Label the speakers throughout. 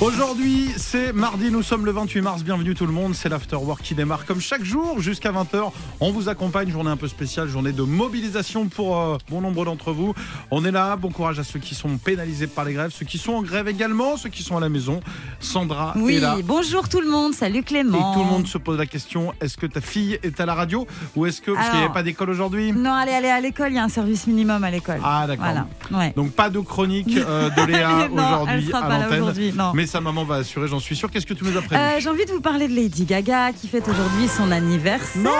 Speaker 1: Aujourd'hui, c'est mardi, nous sommes le 28 mars. Bienvenue tout le monde, c'est l'Afterwork qui démarre comme chaque jour jusqu'à 20h. On vous accompagne, journée un peu spéciale, journée de mobilisation pour euh, bon nombre d'entre vous. On est là, bon courage à ceux qui sont pénalisés par les grèves, ceux qui sont en grève également, ceux qui sont à la maison. Sandra
Speaker 2: Oui,
Speaker 1: est Ah, là.
Speaker 2: bonjour tout le monde, salut
Speaker 1: Et
Speaker 2: Clément.
Speaker 1: tout le monde se pose la question est-ce que ta fille est à la radio ou est-ce que. Parce qu'il n'y avait
Speaker 2: Alors-
Speaker 1: pas d'école aujourd'hui
Speaker 2: Non, allez, allez à l'école, il y a un service minimum à l'école.
Speaker 1: Ah, d'accord.
Speaker 2: Voilà, ouais.
Speaker 1: Donc pas de chronique euh, de Léa
Speaker 2: Non, elle
Speaker 1: aujourd'hui
Speaker 2: sera
Speaker 1: à
Speaker 2: pas là
Speaker 1: l'antenne.
Speaker 2: aujourd'hui, non.
Speaker 1: Mais sa maman va assurer, j'en suis sûr. Qu'est-ce que tu nous as prévu
Speaker 2: Euh, J'ai envie de vous parler de Lady Gaga qui fête aujourd'hui son anniversaire.
Speaker 1: Non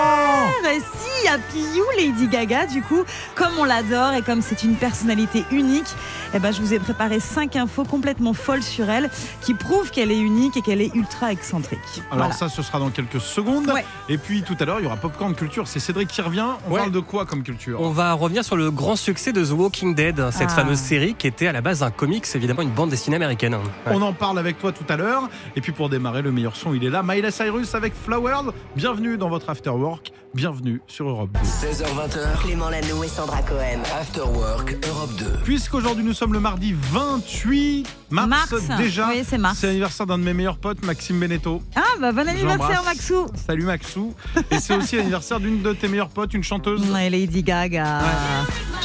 Speaker 2: Et si, Happy You, Lady Gaga, du coup, comme on l'adore et comme c'est une personnalité unique, eh ben, je vous ai préparé cinq infos complètement folles sur elle qui prouvent qu'elle est unique et qu'elle est ultra excentrique.
Speaker 1: Alors
Speaker 2: Voilà.
Speaker 1: ça, ce sera dans quelques secondes.
Speaker 2: Ouais.
Speaker 1: Et puis tout à l'heure, il y aura Popcorn Culture. C'est Cédric qui revient. On
Speaker 3: Ouais.
Speaker 1: parle de quoi comme culture
Speaker 3: On va revenir sur le grand succès de The Walking Dead, cette
Speaker 2: Ah.
Speaker 3: fameuse série qui était à la base un comics, évidemment une bande dessinée américaine. Ouais.
Speaker 1: On en parle avec toi tout à l'heure. Et puis pour démarrer, le meilleur son, il est là. Miley Cyrus avec Flowers. Bienvenue dans votre After Work. Bienvenue sur Europe 2.
Speaker 4: 16h20h,
Speaker 5: Clément Lano et Sandra Cohen.
Speaker 4: After Work Europe 2.
Speaker 1: Puisqu'aujourd'hui nous sommes le mardi 28 mars,
Speaker 2: Mars.
Speaker 1: déjà,
Speaker 2: Oui, c'est mars.
Speaker 1: l'anniversaire d'un de mes meilleurs potes, Maxime Beneteau.
Speaker 2: Ah, bah, bon anniversaire,
Speaker 1: J'embrasse.
Speaker 2: Maxou.
Speaker 1: Salut Maxou. Et c'est aussi l'anniversaire d'une de tes meilleures potes, une chanteuse.
Speaker 2: Ouais, Lady Gaga.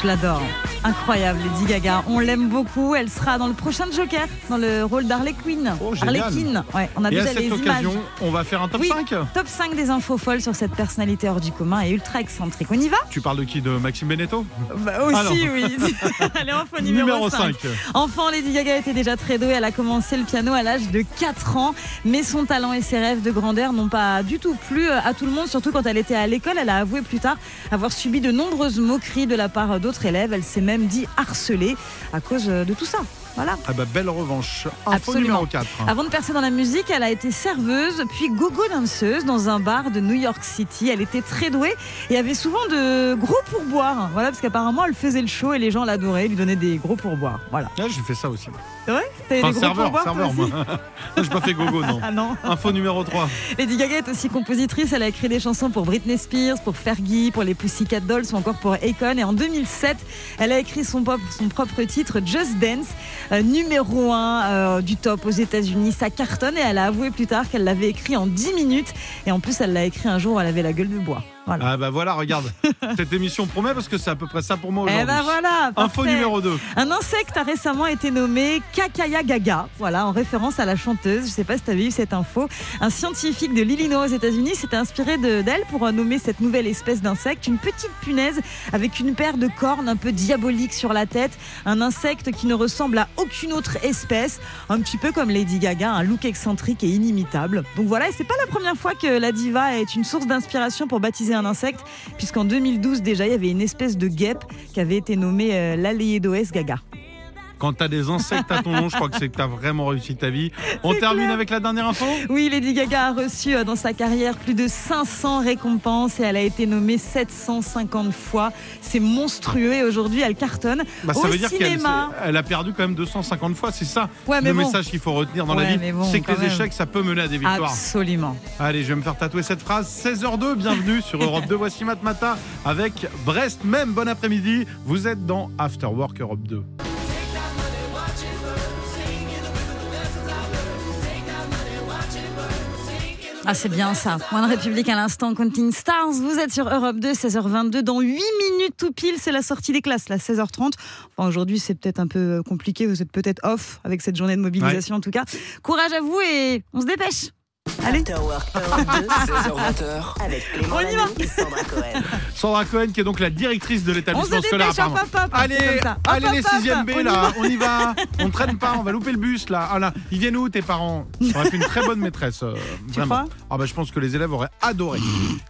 Speaker 2: Je l'adore. Incroyable, Lady Gaga. On l'aime beaucoup. Elle sera dans le prochain Joker, dans le rôle d'Harley Quinn.
Speaker 1: Oh, génial.
Speaker 2: Harley Quinn. Ouais, on a
Speaker 1: Et à
Speaker 2: déjà les
Speaker 1: cette occasion,
Speaker 2: images.
Speaker 1: on va faire un top
Speaker 2: Oui,
Speaker 1: 5
Speaker 2: top 5 des infos folles sur cette personnalité hors du commun et ultra excentrique. On y va
Speaker 1: Tu parles de qui De Maxime Beneteau
Speaker 2: Aussi,
Speaker 1: Alors.
Speaker 2: oui. Allez, info numéro, 5. Enfant, Lady Gaga était déjà très douée. Elle a commencé le piano à l'âge de 4 ans. Mais son talent et ses rêves de grandeur n'ont pas du tout plu euh, à tout le monde, surtout quand elle était à l'école. Elle a avoué plus tard avoir subi de nombreuses moqueries de la part d'autres élèves. Elle s'est même dit harcelée à cause euh, de tout ça. Voilà.
Speaker 1: Ah bah belle revanche. Info
Speaker 2: Absolument. Ah,
Speaker 1: numéro 4.
Speaker 2: Avant de percer dans la musique, elle a été serveuse, puis gogo danseuse dans un bar de New York City. Elle était très douée et avait souvent de gros pourboires. Voilà, parce qu'apparemment, elle faisait le show et les gens l'adoraient, lui donnaient des gros pourboires. Voilà.
Speaker 1: Ah, j'ai fait ça aussi.
Speaker 2: T'avais
Speaker 1: Enfin,
Speaker 2: des gros
Speaker 1: serveur,
Speaker 2: pourboires, toi
Speaker 1: serveur,
Speaker 2: aussi
Speaker 1: moi. j'ai pas fait gogo, non.
Speaker 2: Ah non.
Speaker 1: Info numéro 3.
Speaker 2: Lady Gaga est aussi compositrice. Elle a écrit des chansons pour Britney Spears, pour Fergie, pour les Pussycat Dolls ou encore pour Akon. Et en 2007, elle a écrit son, pop- son propre titre Just Dance, euh, numéro 1 du top aux États-Unis. Ça cartonne et elle a avoué plus tard qu'elle l'avait écrit en 10 minutes. Et en plus, elle l'a écrit un jour où elle avait la gueule de bois. Voilà.
Speaker 1: Ah bah voilà, regarde. Cette émission promet parce que c'est à peu près ça pour moi
Speaker 2: Eh
Speaker 1: Ah, aujourd'hui.
Speaker 2: ben voilà,
Speaker 1: Info
Speaker 2: parfait.
Speaker 1: numéro 2.
Speaker 2: Un insecte a récemment été nommé Kakaya Gaga, voilà, en référence à la chanteuse. Je ne sais pas si tu avais eu cette info. Un scientifique de l'Illinois aux États-Unis s'était inspiré de- d'elle pour euh, nommer cette nouvelle espèce d'insecte, une petite punaise avec une paire de cornes un peu diaboliques sur la tête. Un insecte qui ne ressemble à aucune autre espèce, un petit peu comme Lady Gaga, un look excentrique et inimitable. Donc voilà, et c'est pas la première fois que la diva est une source d'inspiration pour baptiser un insecte, puisqu'en 2012 déjà, il y avait une espèce de guêpe qui avait été nommée euh, l'Aleidoes Gaga.
Speaker 1: Quand t'as des insectes à ton nom, je crois que c'est que t'as vraiment réussi ta vie. On
Speaker 2: C'est
Speaker 1: termine
Speaker 2: clair.
Speaker 1: avec la dernière info
Speaker 2: Oui, Lady Gaga a reçu euh, dans sa carrière plus de 500 récompenses et elle a été nommée 750 fois. C'est monstrueux et aujourd'hui elle cartonne
Speaker 1: Bah,
Speaker 2: au
Speaker 1: Ça veut dire qu'elle
Speaker 2: cinéma.
Speaker 1: elle a perdu quand même 250 fois. C'est ça
Speaker 2: Ouais, mais
Speaker 1: le
Speaker 2: bon.
Speaker 1: message qu'il faut retenir dans la
Speaker 2: Ouais,
Speaker 1: vie.
Speaker 2: mais bon,
Speaker 1: c'est que
Speaker 2: quand
Speaker 1: les
Speaker 2: même. Ah,
Speaker 1: échecs, ça peut mener à des victoires.
Speaker 2: Absolument.
Speaker 1: Allez, je vais me faire tatouer cette phrase. 16h02, bienvenue sur Europe 2. Voici Matmata avec Brest même. Bon après-midi. Vous êtes dans After Work Europe 2.
Speaker 2: Ah, c'est bien ça. One République à l'instant, Counting Stars. Vous êtes sur Europe 2, 16h22. Dans 8 minutes tout pile, c'est la sortie des classes, là, 16h30. Enfin, aujourd'hui, c'est peut-être un peu euh, compliqué. Vous êtes peut-être off avec cette journée de mobilisation, en tout cas. Courage à vous et on se dépêche. Allez.
Speaker 5: After Work Europe
Speaker 4: 16h20h,
Speaker 5: 2 avec Clément
Speaker 2: On y va.
Speaker 5: Lano et Sandra Cohen.
Speaker 1: Sandra Cohen, qui est donc la directrice de
Speaker 2: On se
Speaker 1: l'établissement
Speaker 2: dépêche,
Speaker 1: scolaire.
Speaker 2: hop,
Speaker 1: apparemment.
Speaker 2: hop, hop,
Speaker 1: Allez,
Speaker 2: c'est comme ça. Hop,
Speaker 1: allez
Speaker 2: hop,
Speaker 1: les 6e
Speaker 2: hop,
Speaker 1: B
Speaker 2: on y
Speaker 1: là, on y va, on traîne pas, on va louper le bus là. Ah, là. Ils viennent où tes parents J'aurais fait une très bonne maîtresse, euh, vraiment.
Speaker 2: crois
Speaker 1: ah bah je pense que les élèves auraient adoré.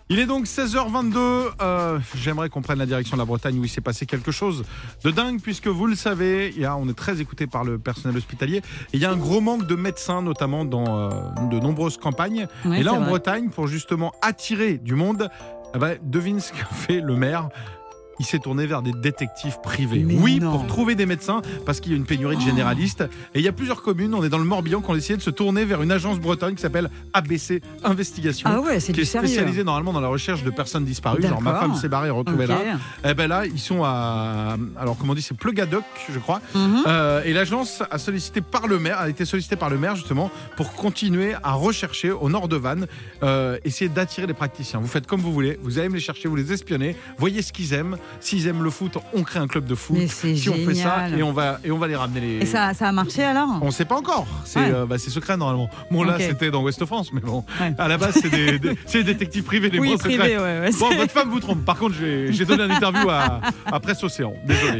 Speaker 1: Il est donc 16h22. euh, J'aimerais qu'on prenne la direction de la Bretagne où il s'est passé quelque chose de dingue puisque vous le savez, il y a- on est très écouté par le personnel hospitalier. Et il y a un gros manque de médecins notamment dans euh, de nombreuses campagnes.
Speaker 2: Ouais,
Speaker 1: Et là,
Speaker 2: c'est
Speaker 1: en
Speaker 2: vrai.
Speaker 1: Bretagne, pour justement attirer du monde, eh ben, devine ce qu'a fait le maire. il s'est tourné vers des détectives privés.
Speaker 2: Mais
Speaker 1: oui,
Speaker 2: non. Oh.
Speaker 1: pour trouver des médecins, parce qu'il y a une pénurie de généralistes. Et il y a plusieurs communes, on est dans le Morbihan, qui ont essayé de se tourner vers une agence bretonne qui s'appelle ABC Investigation.
Speaker 2: Ah ouais, c'est
Speaker 1: qui est
Speaker 2: du sérieux.
Speaker 1: spécialisée normalement dans la recherche de personnes disparues. Genre ma
Speaker 2: D'accord.
Speaker 1: femme s'est barrée, retrouvée
Speaker 2: Ok.
Speaker 1: là. Eh ben là, ils sont à. Alors, comment on dit C'est Pleugadoc, je crois.
Speaker 2: Mhm.
Speaker 1: Euh, et l'agence a sollicité par le maire, a été sollicitée par le maire justement pour continuer à rechercher au nord de Vannes, euh, essayer d'attirer les praticiens. Vous faites comme vous voulez, vous allez me les chercher, vous les espionnez, voyez ce qu'ils aiment. S'ils aiment le foot, on crée un club de foot.
Speaker 2: Mais c'est
Speaker 1: si on fait ça,
Speaker 2: génial.
Speaker 1: et on va et on va les ramener les.
Speaker 2: Et ça, ça a marché alors
Speaker 1: On ne sait pas encore. C'est
Speaker 2: Ouais.
Speaker 1: euh, bah, c'est secret normalement. Bon là,
Speaker 2: Ok.
Speaker 1: c'était dans Ouest France, mais bon.
Speaker 2: Ouais.
Speaker 1: À la base, c'est des, des- c'est des détectives privés, les
Speaker 2: Oui,
Speaker 1: bons secrets.
Speaker 2: privé, ouais. ouais.
Speaker 1: Bon, votre femme vous trompe. Par contre, j'ai j'ai donné une interview à, à Presse Océan. Désolé.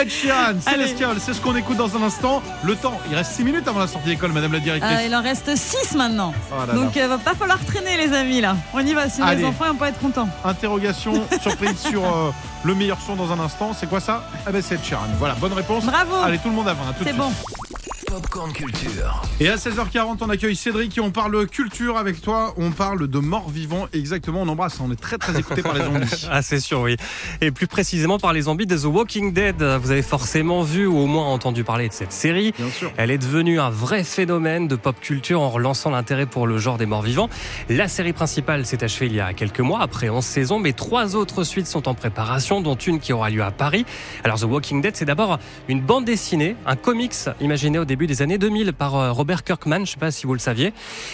Speaker 1: Ed Sheeran,
Speaker 2: Allez.
Speaker 1: Célestial, c'est ce qu'on écoute dans un instant. Le temps, il reste 6 minutes avant la sortie d'école, madame la
Speaker 2: Euh,
Speaker 1: directrice.
Speaker 2: il en reste 6 maintenant.
Speaker 1: Oh là là.
Speaker 2: Donc, euh, va pas falloir traîner, les amis, là. On y va, sinon
Speaker 1: Allez.
Speaker 2: les enfants ils vont pas être contents.
Speaker 1: Interrogation, surprise sur euh, le meilleur son dans un instant. C'est quoi ça Ah ben, c'est Ed Sheeran. Voilà, bonne réponse.
Speaker 2: Bravo
Speaker 1: Allez, tout le monde à 20. à tout de
Speaker 2: C'est
Speaker 1: suite.
Speaker 2: bon.
Speaker 4: Popcorn Culture.
Speaker 1: Et à 16h40, on accueille Cédric et on parle culture avec toi. On parle de mort-vivant. Exactement, on embrasse. On est très très écouté par les zombies.
Speaker 3: Ah, c'est sûr, oui. Et plus précisément par les zombies de The Walking Dead. Vous avez forcément vu ou au moins entendu parler de cette série.
Speaker 1: Bien sûr.
Speaker 3: Elle est devenue un vrai phénomène de pop culture en relançant l'intérêt pour le genre des morts-vivants. La série principale s'est achevée il y a quelques mois, après 11 saisons, mais trois autres suites sont en préparation, dont une qui aura lieu à Paris. Alors The Walking Dead, c'est d'abord une bande dessinée, un comics imaginé au début des années 2000 par euh, Robert Kirkman, je ne sais pas si vous le saviez.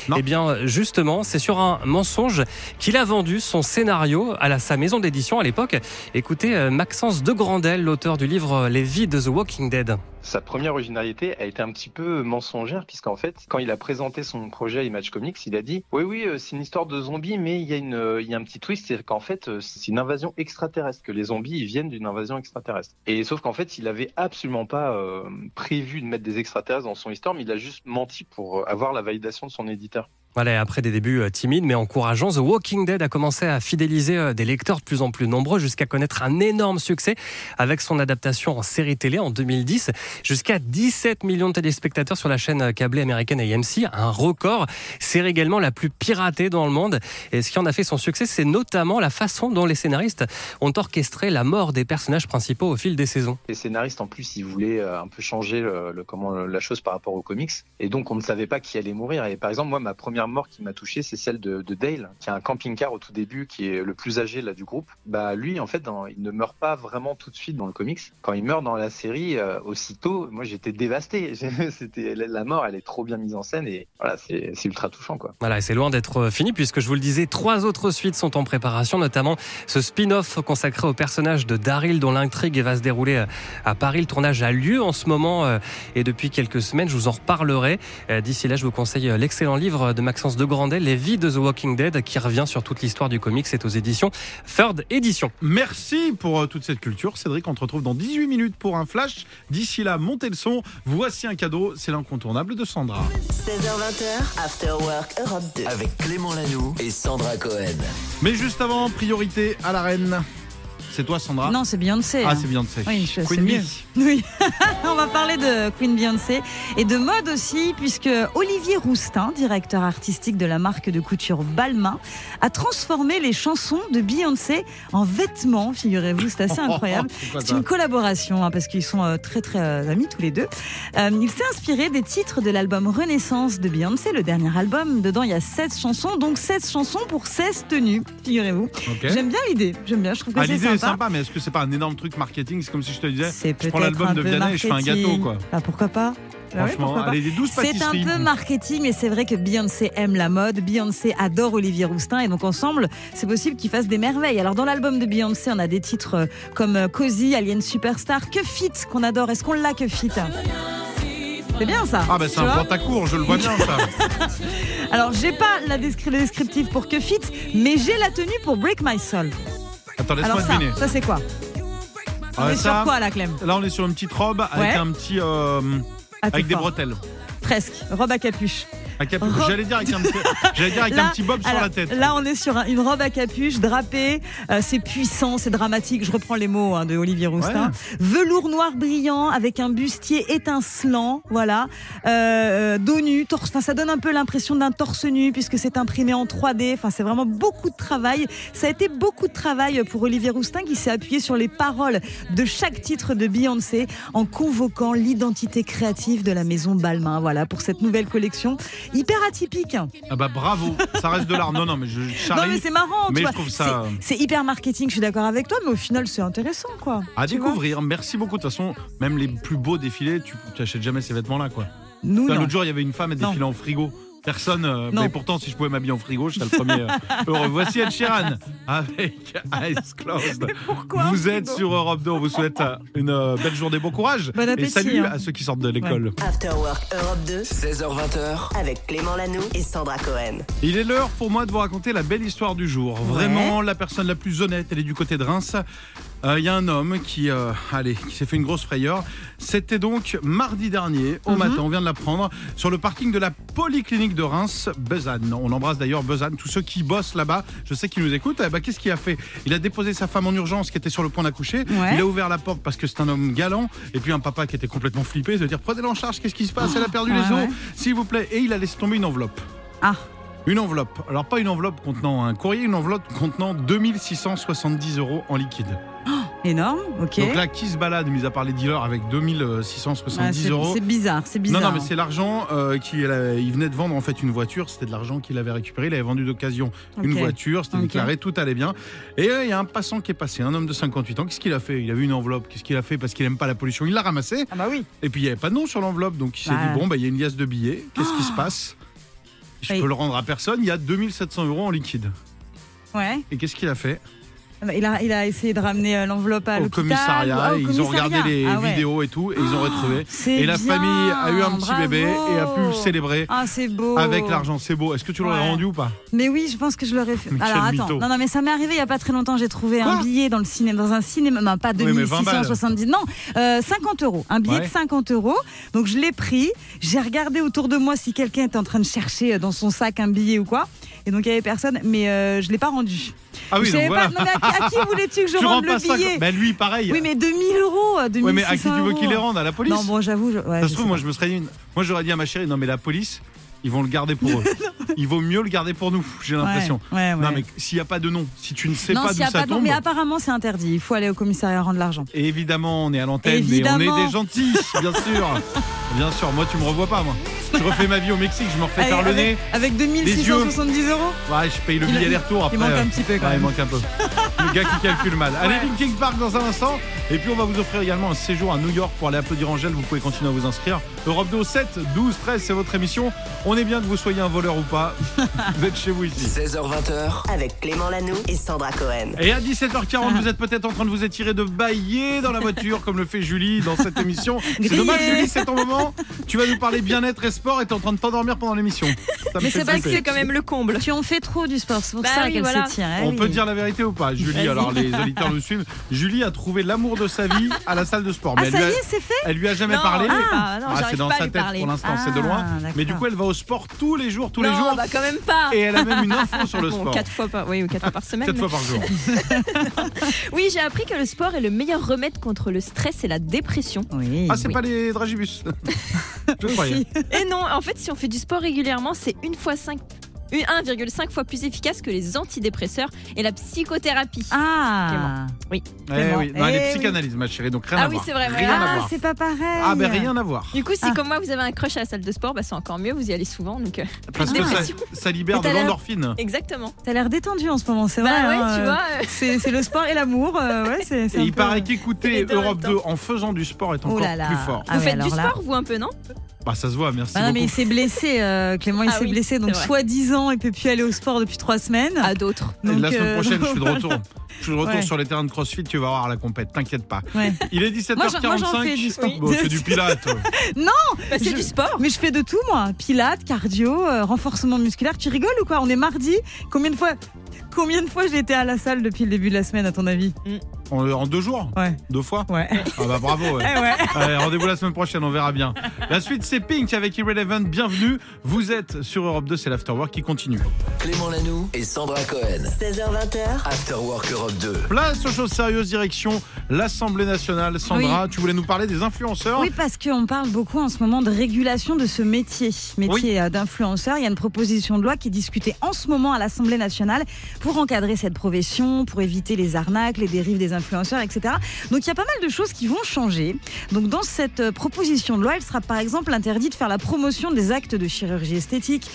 Speaker 1: Non.
Speaker 3: Eh bien, euh, justement, c'est sur un mensonge qu'il a vendu son scénario à la- sa maison d'édition à l'époque. Écoutez euh, Maxence de Grandel, l'auteur du livre euh, Les vies de The Walking Dead.
Speaker 6: Sa première originalité a été un petit peu mensongère, puisqu'en fait, quand il a présenté son projet à Image Comics, il a dit Oui, oui, euh, c'est une histoire de zombies, mais il y, a une, euh, il y a un petit twist, c'est qu'en fait, euh, c'est une invasion extraterrestre, que les zombies ils viennent d'une invasion extraterrestre. Et sauf qu'en fait, il avait absolument pas euh, prévu de mettre des extraterrestres dans son histoire, mais il a juste menti pour euh, avoir la validation de son éditeur.
Speaker 3: Voilà, et après des débuts euh, timides mais encourageants, The Walking Dead a commencé à fidéliser euh, des lecteurs de plus en plus nombreux jusqu'à connaître un énorme succès avec son adaptation en série télé en 2010, jusqu'à 17 millions de téléspectateurs sur la chaîne euh, câblée américaine AMC, un record. Série également la plus piratée dans le monde. Et ce qui en a fait son succès, c'est notamment la façon dont les scénaristes ont orchestré la mort des personnages principaux au fil des saisons.
Speaker 6: Les scénaristes, en plus, ils voulaient euh, un peu changer le, le- comment, la chose par rapport aux comics. Et donc, on ne savait pas qui allait mourir. Et par exemple, moi, ma première mort qui m'a touché, c'est celle de, de Dale, qui a un camping-car au tout début, qui est le plus âgé là, du groupe. Bah, lui, en fait, dans- il ne meurt pas vraiment tout de suite dans le comics. Quand il meurt dans la série, euh, aussitôt, moi, j'étais dévasté. C'était la- la mort, elle est trop bien mise en scène. Et voilà, c'est c'est ultra touchant, quoi.
Speaker 3: Voilà, et c'est loin d'être euh, fini puisque je vous le disais, trois autres suites sont en préparation, notamment ce spin-off consacré au personnage de Daryl dont l'intrigue va se dérouler euh, à Paris. Le tournage a lieu en ce moment euh, et depuis quelques semaines, je vous en reparlerai. Euh, D'ici là, je vous conseille euh, l'excellent livre de Maxence de Grandel, Les vies de The Walking Dead, qui revient sur toute l'histoire du comics. C'est aux éditions Third Edition.
Speaker 1: Merci pour euh, toute cette culture. Cédric, on te retrouve dans 18 minutes pour un flash. D'ici là, montez le son. Voici un cadeau, c'est l'incontournable de Sandra.
Speaker 5: 16h20, After Work Europe 2.
Speaker 4: Avec Clément Lanoux et Sandra Cohen.
Speaker 1: Mais juste avant, priorité à la reine. C'est toi, Sandra
Speaker 2: Non, c'est Beyoncé.
Speaker 1: Ah,
Speaker 2: hein.
Speaker 1: c'est Beyoncé.
Speaker 2: Oui, je-
Speaker 1: Queen
Speaker 2: c'est
Speaker 1: Bee.
Speaker 2: mieux. Oui, on va parler de Queen Beyoncé et de mode aussi, puisque Olivier Roustin, directeur artistique de la marque de couture Balmain, a transformé les chansons de Beyoncé en vêtements, figurez-vous, c'est assez incroyable.
Speaker 1: C'est quoi
Speaker 2: C'est
Speaker 1: Oh, ça
Speaker 2: une collaboration, hein, parce qu'ils sont euh, très très euh, amis tous les deux. Euh, il s'est inspiré des titres de l'album Renaissance de Beyoncé, le dernier album. Dedans, il y a 16 chansons, donc 16 chansons pour 16 tenues, figurez-vous.
Speaker 1: Ok.
Speaker 2: J'aime bien l'idée, j'aime bien, je trouve que
Speaker 1: Ah,
Speaker 2: c'est
Speaker 1: L'idée est sympa, mais est-ce que c'est pas un énorme truc marketing C'est comme si je te disais,
Speaker 2: c'est
Speaker 1: je
Speaker 2: peut-être
Speaker 1: prends l'album
Speaker 2: un
Speaker 1: de
Speaker 2: peu
Speaker 1: Vianney et je fais un gâteau,
Speaker 2: marketing.
Speaker 1: quoi.
Speaker 2: Bah, pourquoi pas Bah ouais,
Speaker 1: Franchement,
Speaker 2: pourquoi pas.
Speaker 1: allez, les 12
Speaker 2: C'est un
Speaker 1: pâtisseries.
Speaker 2: peu marketing, mais c'est vrai que Beyoncé aime la mode, Beyoncé adore Olivier Roustin, et donc ensemble, c'est possible qu'ils fassent des merveilles. Alors dans l'album de Beyoncé, on a des titres euh, comme euh, Cozy, Alien Superstar, Que Fit, qu'on adore. Est-ce qu'on l'a, Que Fit C'est bien ça.
Speaker 1: Ah, bah
Speaker 2: tu
Speaker 1: c'est un
Speaker 2: vois
Speaker 1: grand à court, je le vois bien, ça.
Speaker 2: Alors j'ai pas la descri- le descriptif pour Que Fit, mais j'ai la tenue pour Break My Soul.
Speaker 1: Attends,
Speaker 2: Alors
Speaker 1: laisse-moi
Speaker 2: ça,
Speaker 1: deviner.
Speaker 2: ça c'est quoi
Speaker 1: Ah,
Speaker 2: On est
Speaker 1: ça,
Speaker 2: sur quoi la Clem
Speaker 1: Là, on est sur une petite robe avec
Speaker 2: Ouais.
Speaker 1: un petit. euh,
Speaker 2: Ah, t'es
Speaker 1: avec des
Speaker 2: fort.
Speaker 1: bretelles.
Speaker 2: Presque, robe à capuche.
Speaker 1: Un capuche.
Speaker 2: Rob-
Speaker 1: J'allais dire avec un, petit- j'allais dire avec un petit bob sur
Speaker 2: alors, euh,
Speaker 1: la tête.
Speaker 2: Là, on est sur un- une robe à capuche, drapée. euh, c'est puissant, c'est dramatique. Je reprends les mots hein, de Olivier Roustin. Velours noir brillant avec un bustier étincelant. Voilà. Euh, euh, dos nu, torse. Enfin, ça donne un peu l'impression d'un torse nu puisque c'est imprimé en 3D. Enfin, c'est vraiment beaucoup de travail. Ça a été beaucoup de travail pour Olivier Roustin qui s'est appuyé sur les paroles de chaque titre de Beyoncé en convoquant l'identité créative de la maison Balmain. Voilà pour cette nouvelle collection hyper atypique.
Speaker 1: Ah bah bravo, ça reste de l'art. Non, non, mais je
Speaker 2: Non
Speaker 1: charrie.
Speaker 2: mais c'est marrant, tu
Speaker 1: mais je
Speaker 2: vois.
Speaker 1: trouve ça-
Speaker 2: C'est c'est hyper marketing, je suis d'accord avec toi, mais au final c'est intéressant quoi.
Speaker 1: à
Speaker 2: tu vois.
Speaker 1: découvrir, merci beaucoup. De toute façon, même les plus beaux défilés, tu n'achètes jamais ces vêtements-là. quoi.
Speaker 2: Nous
Speaker 1: Putain,
Speaker 2: non.
Speaker 1: L'autre jour, il y avait une femme, elle
Speaker 2: Non.
Speaker 1: défilait en frigo. Personne. euh,
Speaker 2: Non.
Speaker 1: mais pourtant, si je pouvais m'habiller en frigo, je serais le premier euh, heureux. Voici Ed Sheeran avec Eyes Closed.
Speaker 2: Pourquoi
Speaker 1: vous êtes sur Europe 2. On vous souhaite euh, une euh, belle journée, bon courage.
Speaker 2: Bon
Speaker 1: et
Speaker 2: appétit,
Speaker 1: salut
Speaker 2: hein.
Speaker 1: à ceux qui sortent de l'école.
Speaker 5: After Work Europe 2
Speaker 4: 16h20h,
Speaker 5: avec Clément Lanoux et Sandra Cohen.
Speaker 1: Il est l'heure pour moi de vous raconter la belle histoire du jour. Vraiment, la personne la plus honnête, elle est du côté de Reims. Euh, Il y a un homme qui, euh, allez, qui s'est fait une grosse frayeur. C'était donc mardi dernier,
Speaker 2: Mhm.
Speaker 1: au matin, on vient de l'apprendre, sur le parking de la polyclinique de Reims, Besanne. On embrasse d'ailleurs Besanne, tous ceux qui bossent là-bas, je sais qu'ils nous écoutent. Eh ben, Qu'est-ce qu'il a fait Il a déposé sa femme en urgence qui était sur le point d'accoucher.
Speaker 2: Ouais.
Speaker 1: Il a ouvert la porte parce que c'est un homme galant. Et puis un papa qui était complètement flippé, se dire prenez-la en charge, qu'est-ce qui se passe Elle a perdu
Speaker 2: Ouais,
Speaker 1: les os,
Speaker 2: ouais.
Speaker 1: s'il vous plaît. Et il a laissé tomber une enveloppe.
Speaker 2: Ah,
Speaker 1: Une enveloppe. Alors pas une enveloppe contenant un courrier, une enveloppe contenant 2670 euros en liquide.
Speaker 2: énorme, ok.
Speaker 1: Donc là, qui se balade, mis à part les dealers, avec
Speaker 2: Ah,
Speaker 1: 2670
Speaker 2: c'est
Speaker 1: euros
Speaker 2: c'est bizarre, c'est bizarre. hein.
Speaker 1: Non, non, mais c'est l'argent euh, qu'il a- il venait de vendre en fait une voiture. C'était de l'argent qu'il avait récupéré. Il avait vendu d'occasion une
Speaker 2: Ok.
Speaker 1: voiture. C'était
Speaker 2: Ok.
Speaker 1: déclaré, tout allait bien. Et euh, il y a un passant qui est passé, un homme de 58 ans. Qu'est-ce qu'il a fait Il a vu une enveloppe. Qu'est-ce qu'il a fait Parce qu'il aime pas la pollution. Il l'a ramassée.
Speaker 2: Ah bah oui.
Speaker 1: Et puis il n'y avait pas de nom sur l'enveloppe, donc il s'est
Speaker 2: Voilà.
Speaker 1: dit bon, bah, il y a une liasse de billets, qu'est-ce qui se passe Je
Speaker 2: Ah. Oui.
Speaker 1: peux le rendre à personne, il y a 2700 euros en liquide.
Speaker 2: Ouais.
Speaker 1: Et qu'est-ce qu'il a fait
Speaker 2: Ah bah, Il a, il a essayé de ramener euh, l'enveloppe à
Speaker 1: Au
Speaker 2: l'hôpital.
Speaker 1: commissariat,
Speaker 2: ah, au
Speaker 1: et ils ont
Speaker 2: commissariat.
Speaker 1: regardé les
Speaker 2: Ah ouais.
Speaker 1: vidéos et tout, et ils ont retrouvé.
Speaker 2: C'est
Speaker 1: Et la
Speaker 2: bien,
Speaker 1: famille a eu un petit
Speaker 2: bravo.
Speaker 1: bébé et a pu le célébrer
Speaker 2: Ah c'est beau.
Speaker 1: avec l'argent. C'est beau. Est-ce que tu l'aurais
Speaker 2: Ouais.
Speaker 1: rendu ou pas
Speaker 2: Mais oui, je pense que je l'aurais fait.
Speaker 1: Mais quel
Speaker 2: Alors attends,
Speaker 1: mytho.
Speaker 2: non, non, mais ça m'est arrivé il y a pas très longtemps. J'ai trouvé un
Speaker 1: Quoi
Speaker 2: billet dans le cinéma, dans un cinéma, non, pas
Speaker 1: Oui, mais
Speaker 2: 2670, non, euh, 50 euros, un billet
Speaker 1: Ouais.
Speaker 2: de 50 euros. Donc je l'ai pris, j'ai regardé autour de moi si quelqu'un était en train de chercher euh, dans son sac un billet ou quoi. Et donc il y avait personne, mais euh, je l'ai pas rendu.
Speaker 1: Ah
Speaker 2: je
Speaker 1: oui, donc
Speaker 2: savais
Speaker 1: voilà.
Speaker 2: pas. Non, mais à, qui- à qui voulais-tu que je
Speaker 1: tu rends
Speaker 2: rende le
Speaker 1: pas ça.
Speaker 2: billet
Speaker 1: Bah, lui, pareil.
Speaker 2: Oui, mais 2000 euros, euh, 2600
Speaker 1: Ouais, mais à qui tu veux
Speaker 2: euros.
Speaker 1: qu'il les rende À la police
Speaker 2: Non, bon, j'avoue. je- ouais,
Speaker 1: Ça
Speaker 2: je
Speaker 1: se
Speaker 2: sais
Speaker 1: trouve, moi,
Speaker 2: pas.
Speaker 1: je me serais dit, moi, j'aurais dit à ma chérie, non, mais la police, ils vont le garder pour eux. Il vaut mieux le garder pour nous, j'ai l'impression.
Speaker 2: Ouais, ouais,
Speaker 1: Non,
Speaker 2: ouais.
Speaker 1: mais s'il n'y a pas de nom, si tu ne sais
Speaker 2: Non,
Speaker 1: pas
Speaker 2: s'il
Speaker 1: d'où
Speaker 2: y a
Speaker 1: ça
Speaker 2: pas de nom,
Speaker 1: tombe,
Speaker 2: mais apparemment c'est interdit. Il faut aller au commissariat rendre l'argent.
Speaker 1: et évidemment, on est à l'antenne, mais on
Speaker 2: Évidemment.
Speaker 1: est des gentils, bien sûr. bien sûr, moi, tu me revois pas, moi. Je refais ma vie au Mexique, je me refais
Speaker 2: Allez,
Speaker 1: faire le
Speaker 2: avec,
Speaker 1: nez.
Speaker 2: Avec 2670 euros
Speaker 1: Ouais, je paye le
Speaker 2: Il-
Speaker 1: billet
Speaker 2: il-
Speaker 1: aller-retour après.
Speaker 2: Il manque
Speaker 1: euh,
Speaker 2: un petit peu quand
Speaker 1: ouais, il
Speaker 2: même.
Speaker 1: manque un peu. Le gars qui calcule mal. Allez,
Speaker 2: Ouais.
Speaker 1: Linkin Park dans un instant. Et puis, on va vous offrir également un séjour à New York pour aller applaudir Angèle. Vous pouvez continuer à vous inscrire. Europe 2, 7, 12, 13, c'est votre émission. On est bien que vous soyez un voleur ou pas. vous êtes chez vous ici.
Speaker 4: 16h20h,
Speaker 5: Avec Clément Lanoux et Sandra Cohen.
Speaker 1: Et à
Speaker 7: Ah.
Speaker 1: 17h40, vous êtes peut-être en train de vous étirer de bailler dans la voiture, comme le fait Julie dans cette émission. C'est
Speaker 2: Grillé.
Speaker 1: dommage, Julie, c'est ton moment. Tu vas nous parler bien-être et sport et t'es en train de t'endormir pendant l'émission. Ça me
Speaker 7: Mais
Speaker 1: fait
Speaker 7: c'est pas que
Speaker 1: flipper.
Speaker 7: c'est quand même le comble.
Speaker 2: Bah, Tu en fais trop du sport, c'est pour
Speaker 7: Bah
Speaker 2: ça
Speaker 7: oui,
Speaker 2: qu'elle
Speaker 7: voilà.
Speaker 2: s'étire. eh
Speaker 1: On
Speaker 2: oui.
Speaker 1: peut dire la vérité ou pas, Julie
Speaker 7: Vas-y.
Speaker 1: Alors, les auditeurs nous suivent. Julie a trouvé l'amour de sa vie à la salle de sport.
Speaker 2: Ah,
Speaker 1: elle,
Speaker 2: ça
Speaker 1: lui
Speaker 2: y
Speaker 1: a,
Speaker 2: est, c'est fait
Speaker 1: elle lui a jamais
Speaker 7: Non,
Speaker 1: parlé.
Speaker 7: c'est pas- non,
Speaker 1: Ah, c'est
Speaker 7: j'arrive
Speaker 1: dans
Speaker 7: pas à
Speaker 1: sa
Speaker 7: lui
Speaker 1: tête
Speaker 7: parler.
Speaker 1: pour l'instant, c'est de
Speaker 2: Ah,
Speaker 1: loin. Mais du
Speaker 2: d'accord.
Speaker 1: coup, elle va au sport tous les jours, tous les
Speaker 7: non,
Speaker 1: jours.
Speaker 7: bah quand même pas. Ah
Speaker 1: Et elle a même une info sur le
Speaker 7: Bon,
Speaker 1: sport.
Speaker 7: quatre fois par, oui, ou quatre fois par semaine.
Speaker 1: Quatre fois par jour.
Speaker 7: Oui, j'ai appris que le sport est le meilleur remède contre le stress et la dépression.
Speaker 2: Oui.
Speaker 1: Ah, c'est pas les dragibus. Je croyais.
Speaker 7: Et non, en fait, si on fait du sport régulièrement, c'est une fois cinq- une- 1,5 fois plus efficace que les antidépresseurs et la psychothérapie.
Speaker 2: Ah,
Speaker 1: Eh
Speaker 2: Clément.
Speaker 1: oui, non, elle
Speaker 2: Eh
Speaker 1: est
Speaker 2: oui.
Speaker 1: psychanalyse, ma chérie, donc rien
Speaker 7: Ah
Speaker 1: à
Speaker 7: oui,
Speaker 1: voir.
Speaker 7: c'est vrai,
Speaker 1: Rien
Speaker 7: voilà.
Speaker 1: à
Speaker 2: ah
Speaker 1: voir.
Speaker 2: c'est pas pareil.
Speaker 1: Ah, ben rien à voir.
Speaker 7: Du coup, si
Speaker 2: Ah.
Speaker 7: comme moi vous avez un crush à la salle de sport, bah, c'est encore mieux, vous y allez souvent. Donc, euh,
Speaker 1: Parce que ça, ça libère
Speaker 7: Et
Speaker 1: de
Speaker 7: t'as l'air-
Speaker 1: l'endorphine.
Speaker 7: exactement.
Speaker 2: T'as l'air détendu en ce moment, c'est vrai.
Speaker 7: bah ouais,
Speaker 2: hein,
Speaker 7: tu
Speaker 2: euh,
Speaker 7: vois. euh,
Speaker 2: C'est c'est le sport et l'amour. euh, ouais, c'est- c'est
Speaker 1: Et
Speaker 2: un
Speaker 1: il
Speaker 2: peu-
Speaker 1: paraît
Speaker 7: les
Speaker 1: qu'écouter
Speaker 7: deux en
Speaker 1: Europe
Speaker 7: même
Speaker 1: 2 en faisant du sport est
Speaker 2: Oh
Speaker 1: encore
Speaker 2: là là.
Speaker 1: plus fort.
Speaker 2: Ah
Speaker 7: vous
Speaker 2: ouais,
Speaker 7: faites du
Speaker 2: alors là.
Speaker 7: sport, vous, un peu, non
Speaker 1: Bah, ça se voit, merci
Speaker 2: Ah non, mais il
Speaker 1: beaucoup.
Speaker 2: s'est blessé, euh, Clément, il
Speaker 7: Ah
Speaker 2: s'est
Speaker 7: oui,
Speaker 2: blessé. Donc,
Speaker 7: c'est vrai.
Speaker 2: soi-disant, il peut plus aller au sport depuis trois semaines.
Speaker 1: Ah,
Speaker 7: À d'autres.
Speaker 1: Et
Speaker 2: Donc,
Speaker 1: la semaine
Speaker 2: euh,
Speaker 1: prochaine, je suis de retour. Je suis de retour
Speaker 2: Ouais.
Speaker 1: sur les terrains de CrossFit, tu vas voir la compète, t'inquiète pas.
Speaker 2: Ouais.
Speaker 1: Il est
Speaker 2: Moi, j'en-
Speaker 1: 17h45.
Speaker 2: moi, j'en fais du sport.
Speaker 1: Bon, c'est du pilate.
Speaker 7: Bah, c'est
Speaker 2: Je-
Speaker 7: du sport.
Speaker 2: Mais je fais de tout, moi. Pilates, cardio, euh, renforcement musculaire. Tu rigoles ou quoi On est mardi. Combien de fois, combien de fois j'ai été à la salle depuis le début de la semaine, à ton avis
Speaker 7: Mm.
Speaker 1: En, en deux jours
Speaker 2: Ouais.
Speaker 1: Deux fois
Speaker 2: Ouais.
Speaker 1: Ah bah bravo ouais.
Speaker 2: Eh ouais.
Speaker 1: Allez, rendez-vous la semaine prochaine, on verra bien. La suite, c'est Pink avec Irrelevant. Bienvenue. Vous êtes sur Europe 2, c'est l'Afterwork qui continue.
Speaker 4: Clément Lanoux et Sandra Cohen.
Speaker 5: 16h20h,
Speaker 4: Afterwork Europe 2.
Speaker 1: Place aux choses sérieuses, direction l'Assemblée nationale. Sandra, tu voulais nous parler des influenceurs
Speaker 2: Oui, parce qu'on parle beaucoup en ce moment de régulation de ce métier, métier euh, d'influenceur. Il y a une proposition de loi qui est discutée en ce moment à l'Assemblée nationale pour encadrer cette profession, pour éviter les arnaques, les dérives des influenceurs, etc. Donc il y a pas mal de choses qui vont changer. Donc dans cette euh, proposition de loi, il sera par exemple interdit de faire la promotion des actes de chirurgie esthétique.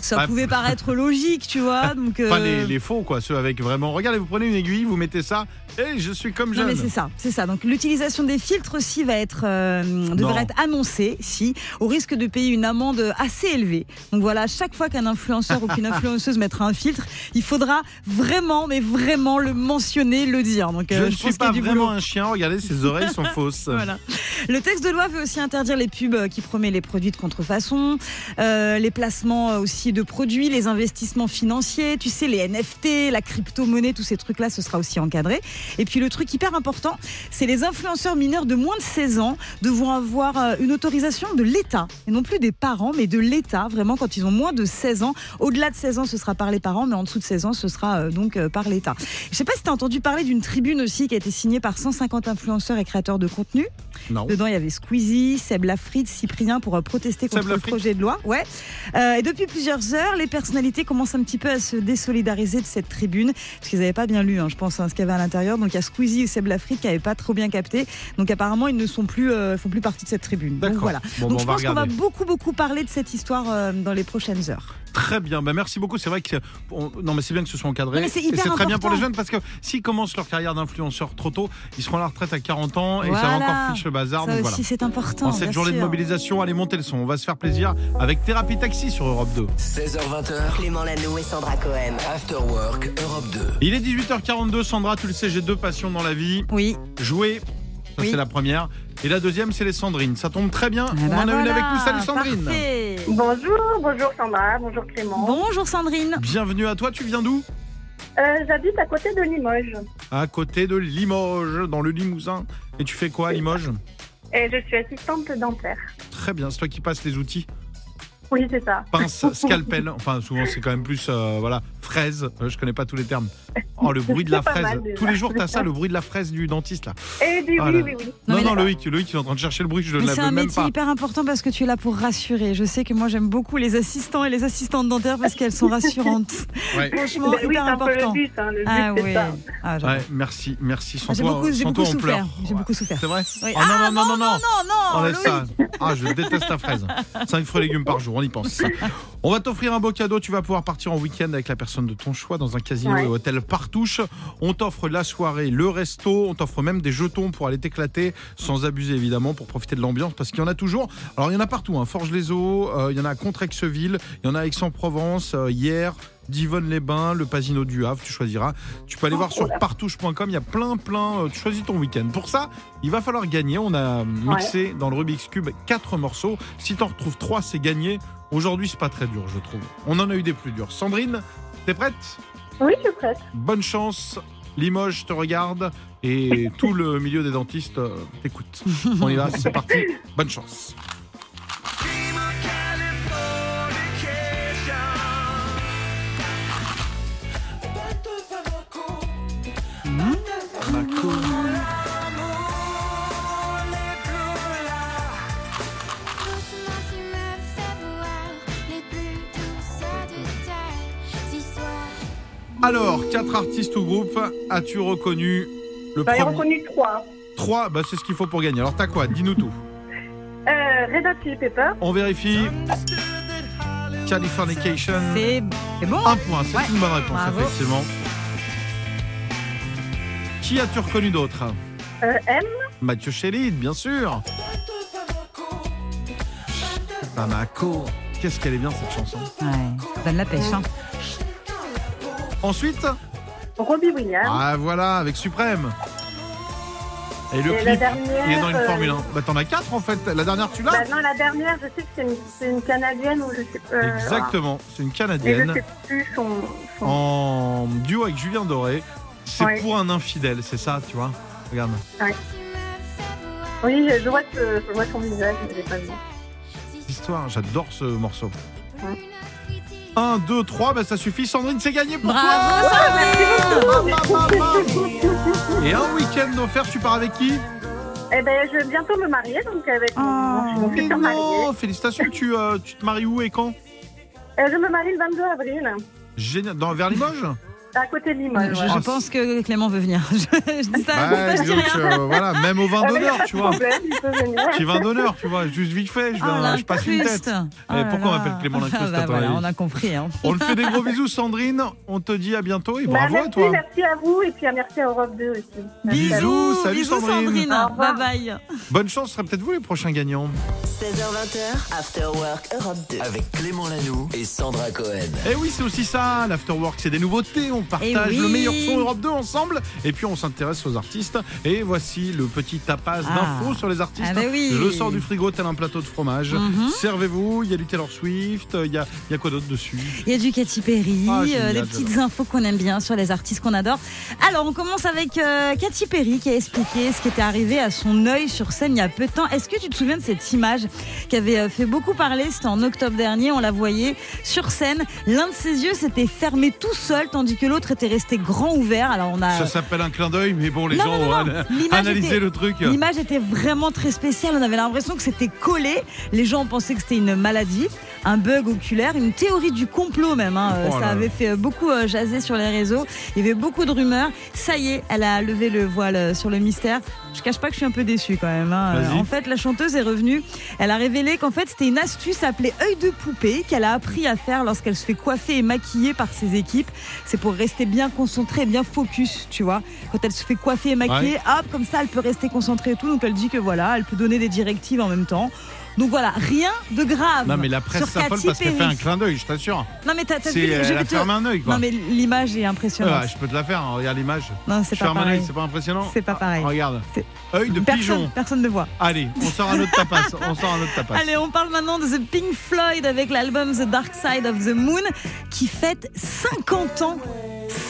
Speaker 2: Ça
Speaker 1: Ouais.
Speaker 2: pouvait paraître logique, tu vois. Donc, euh,
Speaker 1: Pas les, les faux, quoi, ceux avec vraiment. Regardez, vous prenez une aiguille, vous mettez ça, et je suis comme
Speaker 2: Non
Speaker 1: jeune.
Speaker 2: mais c'est ça, c'est ça. Donc l'utilisation des filtres aussi va être euh, devrait être annoncée, si, au risque de payer une amende assez élevée. Donc voilà, chaque fois qu'un influenceur ou qu'une influenceuse mettra un filtre, il faudra vraiment, mais vraiment le mentionner, le dire. Donc
Speaker 1: je
Speaker 2: euh,
Speaker 1: ne
Speaker 2: je,
Speaker 1: suis
Speaker 2: pense qu'il y
Speaker 1: pas
Speaker 2: a du boulot.
Speaker 1: vraiment un chien, regardez, ses oreilles sont fausses.
Speaker 2: Voilà. Le texte de loi veut aussi interdire les pubs euh, qui promet les produits de contrefaçon, euh, les placements euh, aussi de produits, les investissements financiers, tu sais, les NFT, la crypto-monnaie, tous ces trucs-là, ce sera aussi encadré. Et puis le truc hyper important, c'est les influenceurs mineurs de moins de 16 ans devront avoir euh, une autorisation de l'État, et non plus des parents, mais de l'État, vraiment quand ils ont moins de 16 ans. Au-delà de 16 ans, ce sera par les parents, mais en dessous de 16 ans, ce sera euh, donc euh, par l'État. Je sais pas si tu as entendu parler d'une tribune aussi qui a été signée par 150 influenceurs et créateurs de contenu.
Speaker 1: Non.
Speaker 2: Dedans, il y avait Squeezie, Seb Lafrite, Cyprien pour euh, protester contre
Speaker 1: Seb
Speaker 2: le
Speaker 1: Lafrite.
Speaker 2: projet de loi. Ouais. Euh, et depuis plusieurs heures, les personnalités commencent un petit peu à se désolidariser de cette tribune, parce qu'ils n'avaient pas bien lu, hein, je pense, hein, ce qu'il y avait à l'intérieur. Donc il y a Squeezie et Seb Lafrite qui n'avaient pas trop bien capté. Donc apparemment, ils ne sont plus, euh, font plus partie de cette tribune. Donc
Speaker 1: D'accord.
Speaker 2: voilà.
Speaker 1: Bon, bah, on
Speaker 2: Donc je
Speaker 1: va
Speaker 2: pense qu'on va
Speaker 1: regarder.
Speaker 2: beaucoup, beaucoup parler de cette histoire euh, dans les prochaines heures.
Speaker 1: Très bien, bah, merci beaucoup. C'est vrai que. on- Non, mais c'est bien que ce soit encadré.
Speaker 2: Non, mais c'est
Speaker 1: et
Speaker 2: hyper
Speaker 1: c'est très bien pour
Speaker 2: important.
Speaker 1: les jeunes parce que s'ils commencent leur carrière d'influenceur trop tôt, ils seront à la retraite à 40 ans et ça va
Speaker 2: Voilà.
Speaker 1: encore fiche le bazar. Ah,
Speaker 2: Ça
Speaker 1: donc
Speaker 2: aussi,
Speaker 1: voilà.
Speaker 2: c'est important.
Speaker 1: En cette
Speaker 2: bien
Speaker 1: journée de
Speaker 2: sûr.
Speaker 1: mobilisation, allez monter le son. On va se faire plaisir avec Thérapie Taxi sur Europe 2.
Speaker 4: 16h20h.
Speaker 5: Clément Lanoux et Sandra Cohen.
Speaker 4: Afterwork Europe 2.
Speaker 1: Il est 18h42, Sandra, tu le sais, j'ai deux passions dans la vie.
Speaker 2: Oui.
Speaker 1: Jouer, ça
Speaker 2: Oui.
Speaker 1: c'est la première. Et la deuxième, c'est les Sandrines. Ça tombe très bien.
Speaker 2: Ah
Speaker 1: On
Speaker 2: bah
Speaker 1: en a une
Speaker 2: voilà.
Speaker 1: avec nous. Salut Sandrine.
Speaker 2: Parfait.
Speaker 8: Bonjour, bonjour Sandra, bonjour Clément.
Speaker 2: Bonjour Sandrine.
Speaker 1: Bienvenue à toi. Tu viens d'où
Speaker 8: Euh, J'habite à côté de Limoges
Speaker 1: À côté de Limoges, dans le Limousin. Et tu fais quoi à Limoges
Speaker 8: et je suis assistante dentaire.
Speaker 1: Très bien, c'est toi qui passes les outils.
Speaker 8: Oui, c'est ça.
Speaker 1: Pince, scalpel. Enfin, souvent, c'est quand même plus, euh, voilà, fraise. Euh, je connais pas tous les termes. Oh, le bruit de la
Speaker 8: C'est pas
Speaker 1: fraise.
Speaker 8: mal, déjà.
Speaker 1: tous les jours, t'as ça, le bruit de la fraise du dentiste, là.
Speaker 8: Et Eh oui,
Speaker 1: Ah là.
Speaker 8: oui, oui, oui.
Speaker 2: Non,
Speaker 1: Non,
Speaker 2: mais
Speaker 1: non,
Speaker 2: là-
Speaker 1: Loïc, Loïc, il est en train de chercher le bruit, je ne
Speaker 2: Mais c'est un
Speaker 1: l'avais même
Speaker 2: métier
Speaker 1: pas.
Speaker 2: hyper important parce que tu es là pour rassurer. Je sais que moi j'aime beaucoup les assistants et les assistantes dentaires parce qu'elles sont rassurantes.
Speaker 1: Ouais.
Speaker 2: Franchement,
Speaker 8: Ben oui, c'est
Speaker 2: hyper
Speaker 8: un peu le
Speaker 2: important.
Speaker 8: but, hein, le but
Speaker 2: Ah
Speaker 8: c'est
Speaker 2: oui.
Speaker 8: ça.
Speaker 2: Ah, j'adore.
Speaker 1: Ouais, merci, merci. Sans
Speaker 2: Ah, J'ai
Speaker 1: toi,
Speaker 2: beaucoup, j'ai
Speaker 1: sans
Speaker 2: beaucoup
Speaker 1: toi, on
Speaker 2: souffert.
Speaker 1: pleure.
Speaker 2: J'ai beaucoup souffert.
Speaker 1: C'est vrai
Speaker 2: Oui.
Speaker 1: Oh, non,
Speaker 2: Ah,
Speaker 1: non, non, non, non.
Speaker 2: non,
Speaker 1: Enlève
Speaker 2: Loïc.
Speaker 1: ça. Ah, je déteste la fraise. 5 fruits et légumes par jour, on y pense. On va t'offrir un beau cadeau. Tu vas pouvoir partir en week-end avec la personne de ton choix dans un casino
Speaker 8: Ouais.
Speaker 1: et hôtel partouche. On t'offre la soirée, le resto. On t'offre même des jetons pour aller t'éclater, sans abuser évidemment, pour profiter de l'ambiance parce qu'il y en a toujours. Alors, il y en a partout. Hein. Forge-les-Eaux, euh, il y en a à Contrexeville, il y en a à Aix-en-Provence, euh, hier. Divonne-les-Bains, le Pasino du Havre, tu choisiras. Tu peux aller voir sur partouche.com, il y a plein, plein. euh, Tu choisis ton week-end. Pour ça, il va falloir gagner. On a mixé dans le Rubik's Cube quatre morceaux. Si t'en retrouves trois, c'est gagné. Aujourd'hui, c'est pas très dur, je trouve. On en a eu des plus durs. Sandrine, t'es prête
Speaker 8: Oui, je suis prête.
Speaker 1: Bonne chance. Limoges te regarde et tout le milieu des dentistes euh, t'écoute. On y va, c'est parti. Bonne chance.
Speaker 9: Doucement tu me fais voir les plus douces de tes histoires.
Speaker 1: Alors, quatre artistes ou groupes, as-tu reconnu le
Speaker 8: J'en ai
Speaker 1: premier
Speaker 8: Bah, reconnu trois.
Speaker 1: Trois, bah, c'est ce qu'il faut pour gagner. Alors, t'as quoi Dis-nous tout.
Speaker 8: Euh, Red Hot Chili Peppers.
Speaker 1: On vérifie. Californication.
Speaker 2: C'est c'est bon.
Speaker 8: Ah.
Speaker 1: Un point, c'est
Speaker 2: Ouais.
Speaker 1: une bonne réponse,
Speaker 2: Bravo.
Speaker 1: effectivement. Qui as-tu reconnu d'autre
Speaker 8: Euh, M.
Speaker 1: Mathieu Chélide, bien sûr. Bamako. Qu'est-ce qu'elle est bien cette chanson.
Speaker 2: Ouais, Donne la pêche. hein.
Speaker 1: Ensuite,
Speaker 8: Hein Robbie Williams.
Speaker 1: ah voilà, avec Suprême. Et le
Speaker 8: Et la
Speaker 1: clip,
Speaker 8: dernière.
Speaker 1: il est dans une
Speaker 8: euh,
Speaker 1: Formule 1. Bah t'en as quatre en fait. La dernière tu l'as
Speaker 8: bah non, la dernière, je sais que c'est une, c'est une Canadienne ou je sais pas. euh,
Speaker 1: Exactement, c'est une
Speaker 8: voilà. Et je
Speaker 1: Canadienne
Speaker 8: sais plus son. son-
Speaker 1: en duo avec Julien Doré. C'est
Speaker 8: Ouais.
Speaker 1: pour un infidèle, c'est ça, tu vois Regarde.
Speaker 8: Oui, je, je vois, ce- je vois son visage, mais j'ai pas vu.
Speaker 1: Histoire, j'adore ce morceau. 1, 2, 3, bah ça suffit, Sandrine, c'est gagné pour
Speaker 2: Bravo,
Speaker 1: toi
Speaker 2: Sandrine
Speaker 1: Et un week-end offert, tu pars avec qui
Speaker 8: Eh ben, je vais bientôt me marier, donc avec mon-
Speaker 2: Ah,
Speaker 8: mon
Speaker 1: Mais
Speaker 8: futur marié.
Speaker 1: non Oh, Félicitations, tu, euh, tu te maries où et quand
Speaker 8: Euh, je me marie le 22 avril,
Speaker 1: Génial. Dans, vers Limoges
Speaker 8: à côté de
Speaker 2: Ouais,
Speaker 8: Limoges.
Speaker 2: je,
Speaker 8: ouais.
Speaker 2: je pense que Clément veut venir. Je, je dis ça,
Speaker 1: Bah,
Speaker 2: je dis
Speaker 1: disons
Speaker 2: rien.
Speaker 1: que, euh, voilà, même au vin
Speaker 8: Ah, mais y a
Speaker 1: d'honneur,
Speaker 8: pas de
Speaker 1: tu vois.
Speaker 8: problème, il peut venir.
Speaker 1: Petit vin d'honneur, tu vois, juste vite fait, je,
Speaker 2: Oh,
Speaker 1: viens- je passe une
Speaker 2: l'incruste.
Speaker 1: tête.
Speaker 2: Oh
Speaker 1: Eh,
Speaker 2: là
Speaker 1: pourquoi on
Speaker 2: là.
Speaker 1: appelle Clément l'incruste,
Speaker 2: Ah, bah,
Speaker 1: attends,
Speaker 2: voilà,
Speaker 1: vas-y.
Speaker 2: On a compris. hein.
Speaker 1: On te fait des gros bisous, Sandrine. On te dit à bientôt et
Speaker 8: Bah,
Speaker 1: bravo à
Speaker 8: merci,
Speaker 1: toi.
Speaker 8: merci à vous et puis à merci à Europe 2 aussi. Merci à vous.
Speaker 1: Bisous, salut
Speaker 2: bisous
Speaker 1: Sandrine.
Speaker 8: Au
Speaker 2: Bye
Speaker 8: revoir.
Speaker 2: bye.
Speaker 1: Bonne chance, ce serez peut-être vous les prochains gagnants.
Speaker 5: 16h20h, After Work Europe 2.
Speaker 4: Avec Clément Lanoux et Sandra Cohen.
Speaker 1: Et Eh oui, c'est aussi ça, l'afterwork, c'est des nouveautés, on partage
Speaker 2: Eh oui.
Speaker 1: le meilleur son Europe 2 ensemble, et puis on s'intéresse aux artistes. Et voici le petit tapas
Speaker 2: Ah.
Speaker 1: d'infos sur les artistes.
Speaker 2: Ah bah oui.
Speaker 1: Je le sors du frigo tel un plateau de fromage.
Speaker 2: Mhm.
Speaker 1: Servez-vous, il y a du Taylor Swift, il y a, il y a quoi d'autre dessus
Speaker 2: Il y a du Katy Perry,
Speaker 1: Ah,
Speaker 2: euh,
Speaker 1: génial,
Speaker 2: des petites infos qu'on aime bien sur les artistes qu'on adore. Alors, on commence avec euh, Katy Perry qui a expliqué ce qui était arrivé à son œil sur scène il y a peu de temps. Est-ce que tu te souviens de cette image qui avait euh, fait beaucoup parler C'était en octobre dernier, on la voyait sur scène. L'un de ses yeux s'était fermé tout seul tandis que l'autre était resté grand ouvert. Alors, on a.
Speaker 1: Ça s'appelle un clin d'œil, mais bon, les
Speaker 2: Ah. Non,
Speaker 1: gens
Speaker 2: non, non,
Speaker 1: ont
Speaker 2: non.
Speaker 1: an-
Speaker 2: L'image
Speaker 1: analysé
Speaker 2: était-
Speaker 1: le truc.
Speaker 2: L'image était vraiment très spéciale. On avait l'impression que c'était collé. Les gens pensaient que c'était une maladie, un bug oculaire, une théorie du complot même. hein. Euh,
Speaker 1: Oh là
Speaker 2: Ça
Speaker 1: là.
Speaker 2: avait fait euh, beaucoup euh, jaser sur les réseaux. Il y avait beaucoup de rumeurs. Ça y est, elle a levé le voile euh, sur le mystère. Je cache pas que je suis un peu déçue quand même. hein. Euh,
Speaker 1: Vas-y.
Speaker 2: En fait, la chanteuse est revenue. Elle a révélé qu'en fait, c'était une astuce appelée œil de poupée qu'elle a appris à faire lorsqu'elle se fait coiffer et maquiller par ses équipes. C'est pour rester bien concentrée, bien focus, tu vois. Quand elle se fait coiffer et maquiller, hop, comme ça, elle peut rester concentrée et tout. Donc elle dit que voilà, elle peut donner des directives en même temps. Donc voilà, rien de grave.
Speaker 1: Non, mais la presse
Speaker 2: sur
Speaker 1: s'affole
Speaker 2: Katy
Speaker 1: parce qu'elle fait
Speaker 2: Perry.
Speaker 1: un clin d'œil, je t'assure.
Speaker 2: Non mais t'as t'as
Speaker 1: C'est euh,
Speaker 2: vu, je
Speaker 1: elle
Speaker 2: vais
Speaker 1: a
Speaker 2: te-
Speaker 1: fermé un œil, quoi.
Speaker 2: Non mais l'image est impressionnante.
Speaker 1: Ouais, je peux te la faire, hein, regarde l'image.
Speaker 2: Non, c'est
Speaker 1: Je
Speaker 2: pas
Speaker 1: ferme un
Speaker 2: pareil.
Speaker 1: œil, c'est pas impressionnant
Speaker 2: C'est pas pareil.
Speaker 1: Ah, Regarde.
Speaker 2: C'est-
Speaker 1: Œil de
Speaker 2: Personne,
Speaker 1: pigeon.
Speaker 2: personne ne voit.
Speaker 1: Allez, on sort un autre tapas. On sort un autre tapas.
Speaker 2: Allez, on parle maintenant de The Pink Floyd avec l'album The Dark Side of the Moon qui fête 50 ans.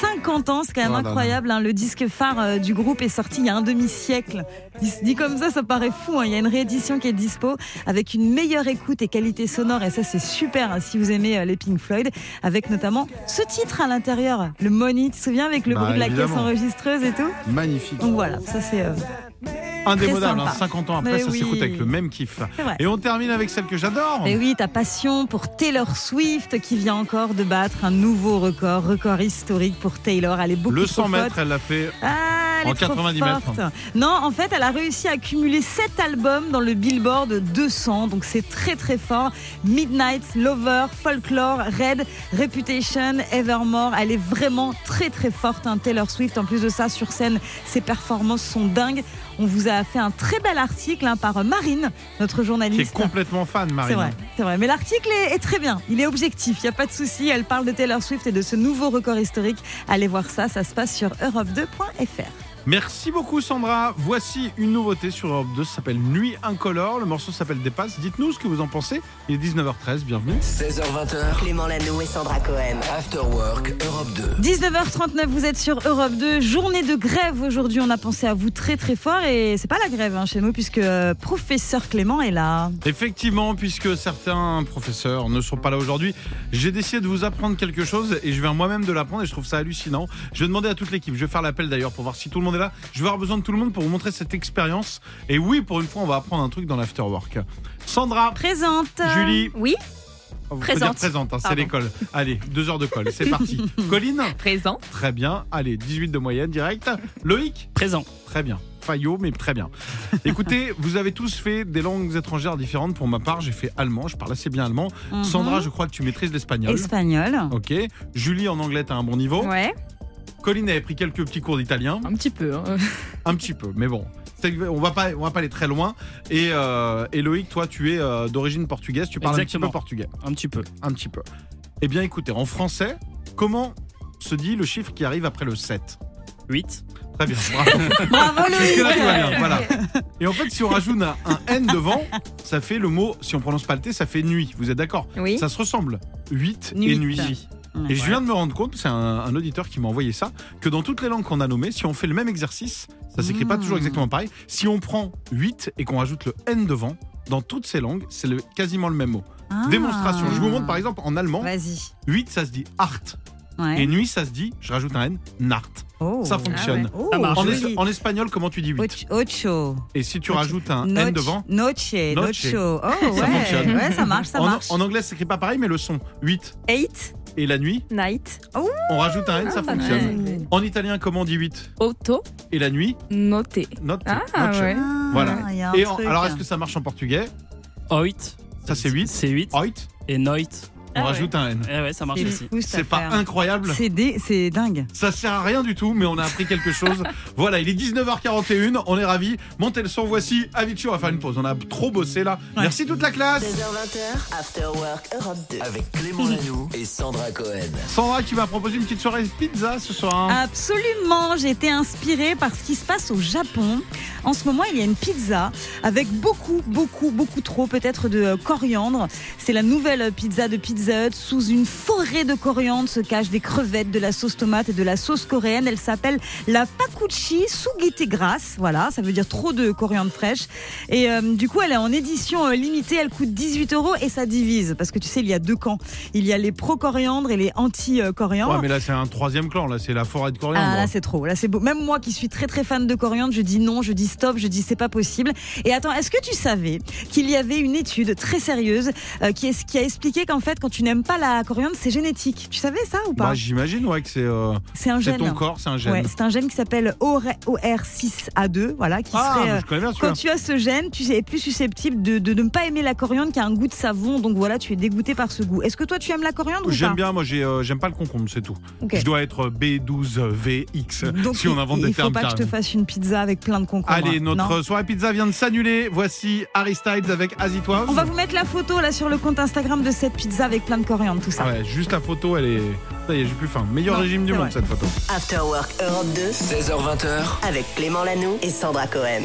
Speaker 2: 50 ans, c'est quand même
Speaker 1: Oh là là.
Speaker 2: incroyable. hein. Le disque phare euh, du groupe est sorti il y a un demi-siècle. Dit- Dit comme ça, ça paraît fou. hein. Il y a une réédition qui est dispo avec une meilleure écoute et qualité sonore. Et ça, c'est super hein, si vous aimez euh, les Pink Floyd. Avec notamment ce titre à l'intérieur, le Money. Tu te souviens avec le
Speaker 1: Bah,
Speaker 2: bruit de la caisse
Speaker 1: évidemment.
Speaker 2: enregistreuse et tout
Speaker 1: Magnifique.
Speaker 2: Donc voilà, ça c'est. euh,
Speaker 1: Indémodable,
Speaker 2: Très
Speaker 1: hein,
Speaker 2: sympa.
Speaker 1: 50 ans après,
Speaker 2: Mais
Speaker 1: ça
Speaker 2: oui.
Speaker 1: s'écoute avec le même kiff.
Speaker 2: c'est vrai.
Speaker 1: Et on termine avec celle que j'adore.
Speaker 2: Et oui, ta passion pour Taylor Swift qui vient encore de battre un nouveau record, record historique pour Taylor. Elle est beaucoup
Speaker 1: Le
Speaker 2: trop
Speaker 1: 100 mètres,
Speaker 2: forte.
Speaker 1: elle l'a fait.
Speaker 2: Ah, elle
Speaker 1: En
Speaker 2: est trop
Speaker 1: 90
Speaker 2: forte.
Speaker 1: mètres.
Speaker 2: Non, en fait, elle a réussi à accumuler 7 albums dans le Billboard 200, donc c'est très très fort. Midnight, Lover, Folklore, Red, Reputation, Evermore. Elle est vraiment très très forte, hein, Taylor Swift. En plus de ça, sur scène, ses performances sont dingues. On vous a fait un très bel article hein, par Marine, notre
Speaker 1: Qui
Speaker 2: journaliste.
Speaker 1: est complètement fan, Marine.
Speaker 2: C'est vrai, c'est vrai. Mais l'article est, est très bien. Il est objectif, il n'y a pas de souci. Elle parle de Taylor Swift et de ce nouveau record historique. Allez voir ça, ça se passe sur europe2.fr.
Speaker 1: Merci beaucoup, Sandra. Voici une nouveauté sur Europe 2. Ça s'appelle Nuit Incolore. Le morceau s'appelle Dépasse. Dites-nous ce que vous en pensez. Il est 19h13. Bienvenue.
Speaker 4: 16h20h,
Speaker 5: Clément Lanoux et Sandra Cohen.
Speaker 4: After Work Europe 2.
Speaker 2: 19h39, vous êtes sur Europe 2. Journée de grève aujourd'hui. On a pensé à vous très très fort et c'est pas la grève hein, chez nous puisque euh, professeur Clément est là.
Speaker 1: Effectivement, puisque certains professeurs ne sont pas là aujourd'hui, j'ai décidé de vous apprendre quelque chose et je viens moi-même de l'apprendre et je trouve ça hallucinant. Je vais demander à toute l'équipe, je vais faire l'appel d'ailleurs pour voir si tout le monde est là. Je vais avoir besoin de tout le monde pour vous montrer cette expérience. Et oui, pour une fois, on va apprendre un truc dans l'afterwork. Sandra,
Speaker 2: Présente. euh,
Speaker 1: Julie,
Speaker 7: Oui,
Speaker 1: on peut
Speaker 7: présente.
Speaker 1: dire présente, hein, c'est
Speaker 7: Pardon.
Speaker 1: l'école. Allez, deux heures de colle, c'est parti. Colline,
Speaker 7: présent.
Speaker 1: très bien. Allez, 18 de moyenne direct. Loïc,
Speaker 10: Présent.
Speaker 1: Très bien. Fayot, mais très bien. Écoutez, vous avez tous fait des langues étrangères différentes. Pour ma part, j'ai fait allemand, je parle assez bien allemand.
Speaker 2: mhm.
Speaker 1: Sandra, je crois que tu maîtrises l'espagnol.
Speaker 2: Espagnol.
Speaker 1: Ok. Julie, en anglais, t'as un bon niveau.
Speaker 7: Ouais,
Speaker 1: Colline avait pris quelques petits cours d'italien.
Speaker 10: Un petit peu. hein.
Speaker 1: Un petit peu, mais bon. C'est- On va pas, on va pas aller très loin. Et, euh, et Loïc, toi, tu es euh, d'origine portugaise, tu parles un petit
Speaker 10: Exactement.
Speaker 1: peu portugais.
Speaker 10: Un petit peu.
Speaker 1: Un petit peu. Eh bien, écoutez, en français, comment se dit le chiffre qui arrive après le 7
Speaker 10: 8.
Speaker 1: Très bien, bravo.
Speaker 2: Bravo Louis.
Speaker 1: Jusque-là, tout va bien, voilà. Et en fait, si on rajoute un, un N devant, ça fait le mot, si on prononce pas le T, ça fait nuit. Vous êtes d'accord
Speaker 7: oui.
Speaker 1: Ça se ressemble. 8 et
Speaker 2: Nuit.
Speaker 1: nuit. Et je viens de me rendre compte, c'est un, un auditeur qui m'a envoyé ça, que dans toutes les langues qu'on a nommées, si on fait le même exercice, ça s'écrit pas toujours
Speaker 2: Mmh.
Speaker 1: exactement pareil. Si on prend 8 et qu'on rajoute le N devant, dans toutes ces langues, c'est le- quasiment le même mot.
Speaker 2: Ah.
Speaker 1: Démonstration. Je vous montre par exemple en allemand,
Speaker 2: Vas-y.
Speaker 1: 8 ça se dit art.
Speaker 2: Ouais.
Speaker 1: Et nuit ça se dit, je rajoute un N, nart.
Speaker 2: Oh.
Speaker 1: ça fonctionne.
Speaker 2: Ah ouais.
Speaker 3: Ça
Speaker 2: Oh,
Speaker 3: marche.
Speaker 1: En, es-
Speaker 2: joli.
Speaker 1: en espagnol, comment tu dis 8
Speaker 2: Och- Ocho.
Speaker 1: Et si tu
Speaker 2: Ok.
Speaker 1: rajoutes un Hein, N
Speaker 2: Noche-
Speaker 1: devant
Speaker 2: Noche,
Speaker 1: Noche.
Speaker 2: nocho. Oh,
Speaker 1: Ça
Speaker 2: ouais.
Speaker 1: fonctionne.
Speaker 2: Ouais, ça marche, ça
Speaker 1: en,
Speaker 2: marche.
Speaker 1: en anglais, ça s'écrit pas pareil, mais le son 8
Speaker 7: Eight,
Speaker 1: et la nuit,
Speaker 7: night,
Speaker 1: on rajoute un N, ça
Speaker 7: pas
Speaker 1: fonctionne.
Speaker 7: mal.
Speaker 1: En italien, comment on dit 8
Speaker 7: auto,
Speaker 1: Et la nuit,
Speaker 7: noté.
Speaker 1: note.
Speaker 7: Ah
Speaker 1: noche.
Speaker 7: ouais.
Speaker 2: Ah,
Speaker 1: Voilà.
Speaker 2: il y a un
Speaker 1: Et en-
Speaker 2: truc.
Speaker 1: alors, est-ce que ça marche en portugais
Speaker 10: Oit.
Speaker 1: Ça, c'est huit.
Speaker 10: Oh, C'est 8.
Speaker 1: Oit,
Speaker 10: Et Noit.
Speaker 1: on
Speaker 7: Ah ouais.
Speaker 1: rajoute un N.
Speaker 10: Eh ouais, ça marche
Speaker 2: C'est
Speaker 10: aussi.
Speaker 2: fou, cette
Speaker 1: C'est pas
Speaker 2: affaire.
Speaker 1: incroyable
Speaker 2: C'est dé- c'est dingue.
Speaker 1: Ça sert à rien du tout, mais on a appris quelque chose. voilà, il est 19h41, on est ravis. Montez le son, voici Avicii, on va faire une pause. On a trop bossé là. Merci toute la classe
Speaker 5: 16h20, After Work Europe 2.
Speaker 4: Avec Clément Lanoux et Sandra Cohen.
Speaker 1: Sandra qui m'a proposé une petite soirée pizza ce soir.
Speaker 2: Ah,
Speaker 1: hein.
Speaker 2: Absolument, j'ai été inspirée par ce qui se passe au Japon. En ce moment, il y a une pizza avec beaucoup, beaucoup, beaucoup trop peut-être de euh, coriandre. C'est la nouvelle pizza de Pizza Hut. Sous une forêt de coriandre se cachent des crevettes, de la sauce tomate et de la sauce coréenne. Elle s'appelle la Pakuchi Sugete Grasse. Voilà, ça veut dire trop de coriandre fraîche. Et euh, du coup, elle est en édition euh, limitée. Elle coûte 18 euros et ça divise. Parce que tu sais, il y a deux camps. Il y a les pro-coriandres et les anti-coriandres.
Speaker 1: Ouais, mais là, c'est un troisième clan, là, c'est la forêt de coriandre.
Speaker 2: Ah là c'est trop, là c'est beau. Même moi qui suis très très fan de coriandre, je dis non, je dis stop, je dis c'est pas possible. Et attends, est-ce que tu savais qu'il y avait une étude très sérieuse euh, qui, est, qui a expliqué qu'en fait quand tu n'aimes pas la coriandre c'est génétique. Tu savais ça ou pas
Speaker 1: Bah, j'imagine, ouais, que c'est euh,
Speaker 2: C'est un
Speaker 1: c'est
Speaker 2: gène.
Speaker 1: ton corps, c'est un gène.
Speaker 2: Ouais, c'est un gène qui s'appelle OR- OR6A2, voilà, qui
Speaker 1: ah,
Speaker 2: serait...
Speaker 1: mais
Speaker 2: euh,
Speaker 1: je connais bien celui-là.
Speaker 2: quand tu as ce gène, tu es plus susceptible de, de ne pas aimer la coriandre qui a un goût de savon. Donc voilà, tu es dégoûté par ce goût. Est-ce que toi, tu aimes la coriandre ou pas
Speaker 1: J'aime bien, moi, j'ai, euh, j'aime pas le concombre, c'est tout.
Speaker 2: Ok.
Speaker 1: Je dois être B12VX
Speaker 2: Donc,
Speaker 1: si on invente
Speaker 2: il,
Speaker 1: des
Speaker 2: il faut
Speaker 1: termes.
Speaker 2: pas que je te
Speaker 1: carrément.
Speaker 2: fasse une pizza avec plein de concombres.
Speaker 1: Allez,
Speaker 2: Non
Speaker 1: notre soirée pizza vient de s'annuler. Voici Harry Styles avec As It Was.
Speaker 2: On va vous mettre la photo là sur le compte Instagram de cette pizza avec plein de coriandre, tout ça.
Speaker 1: Ouais, juste la photo, elle est. Ça y est, j'ai plus faim. Meilleur
Speaker 2: Non,
Speaker 1: régime du
Speaker 2: c'est
Speaker 1: monde,
Speaker 2: vrai.
Speaker 1: cette photo.
Speaker 5: After Work Europe 2
Speaker 4: 16h20,
Speaker 5: avec Clément Lanoux et Sandra Cohen.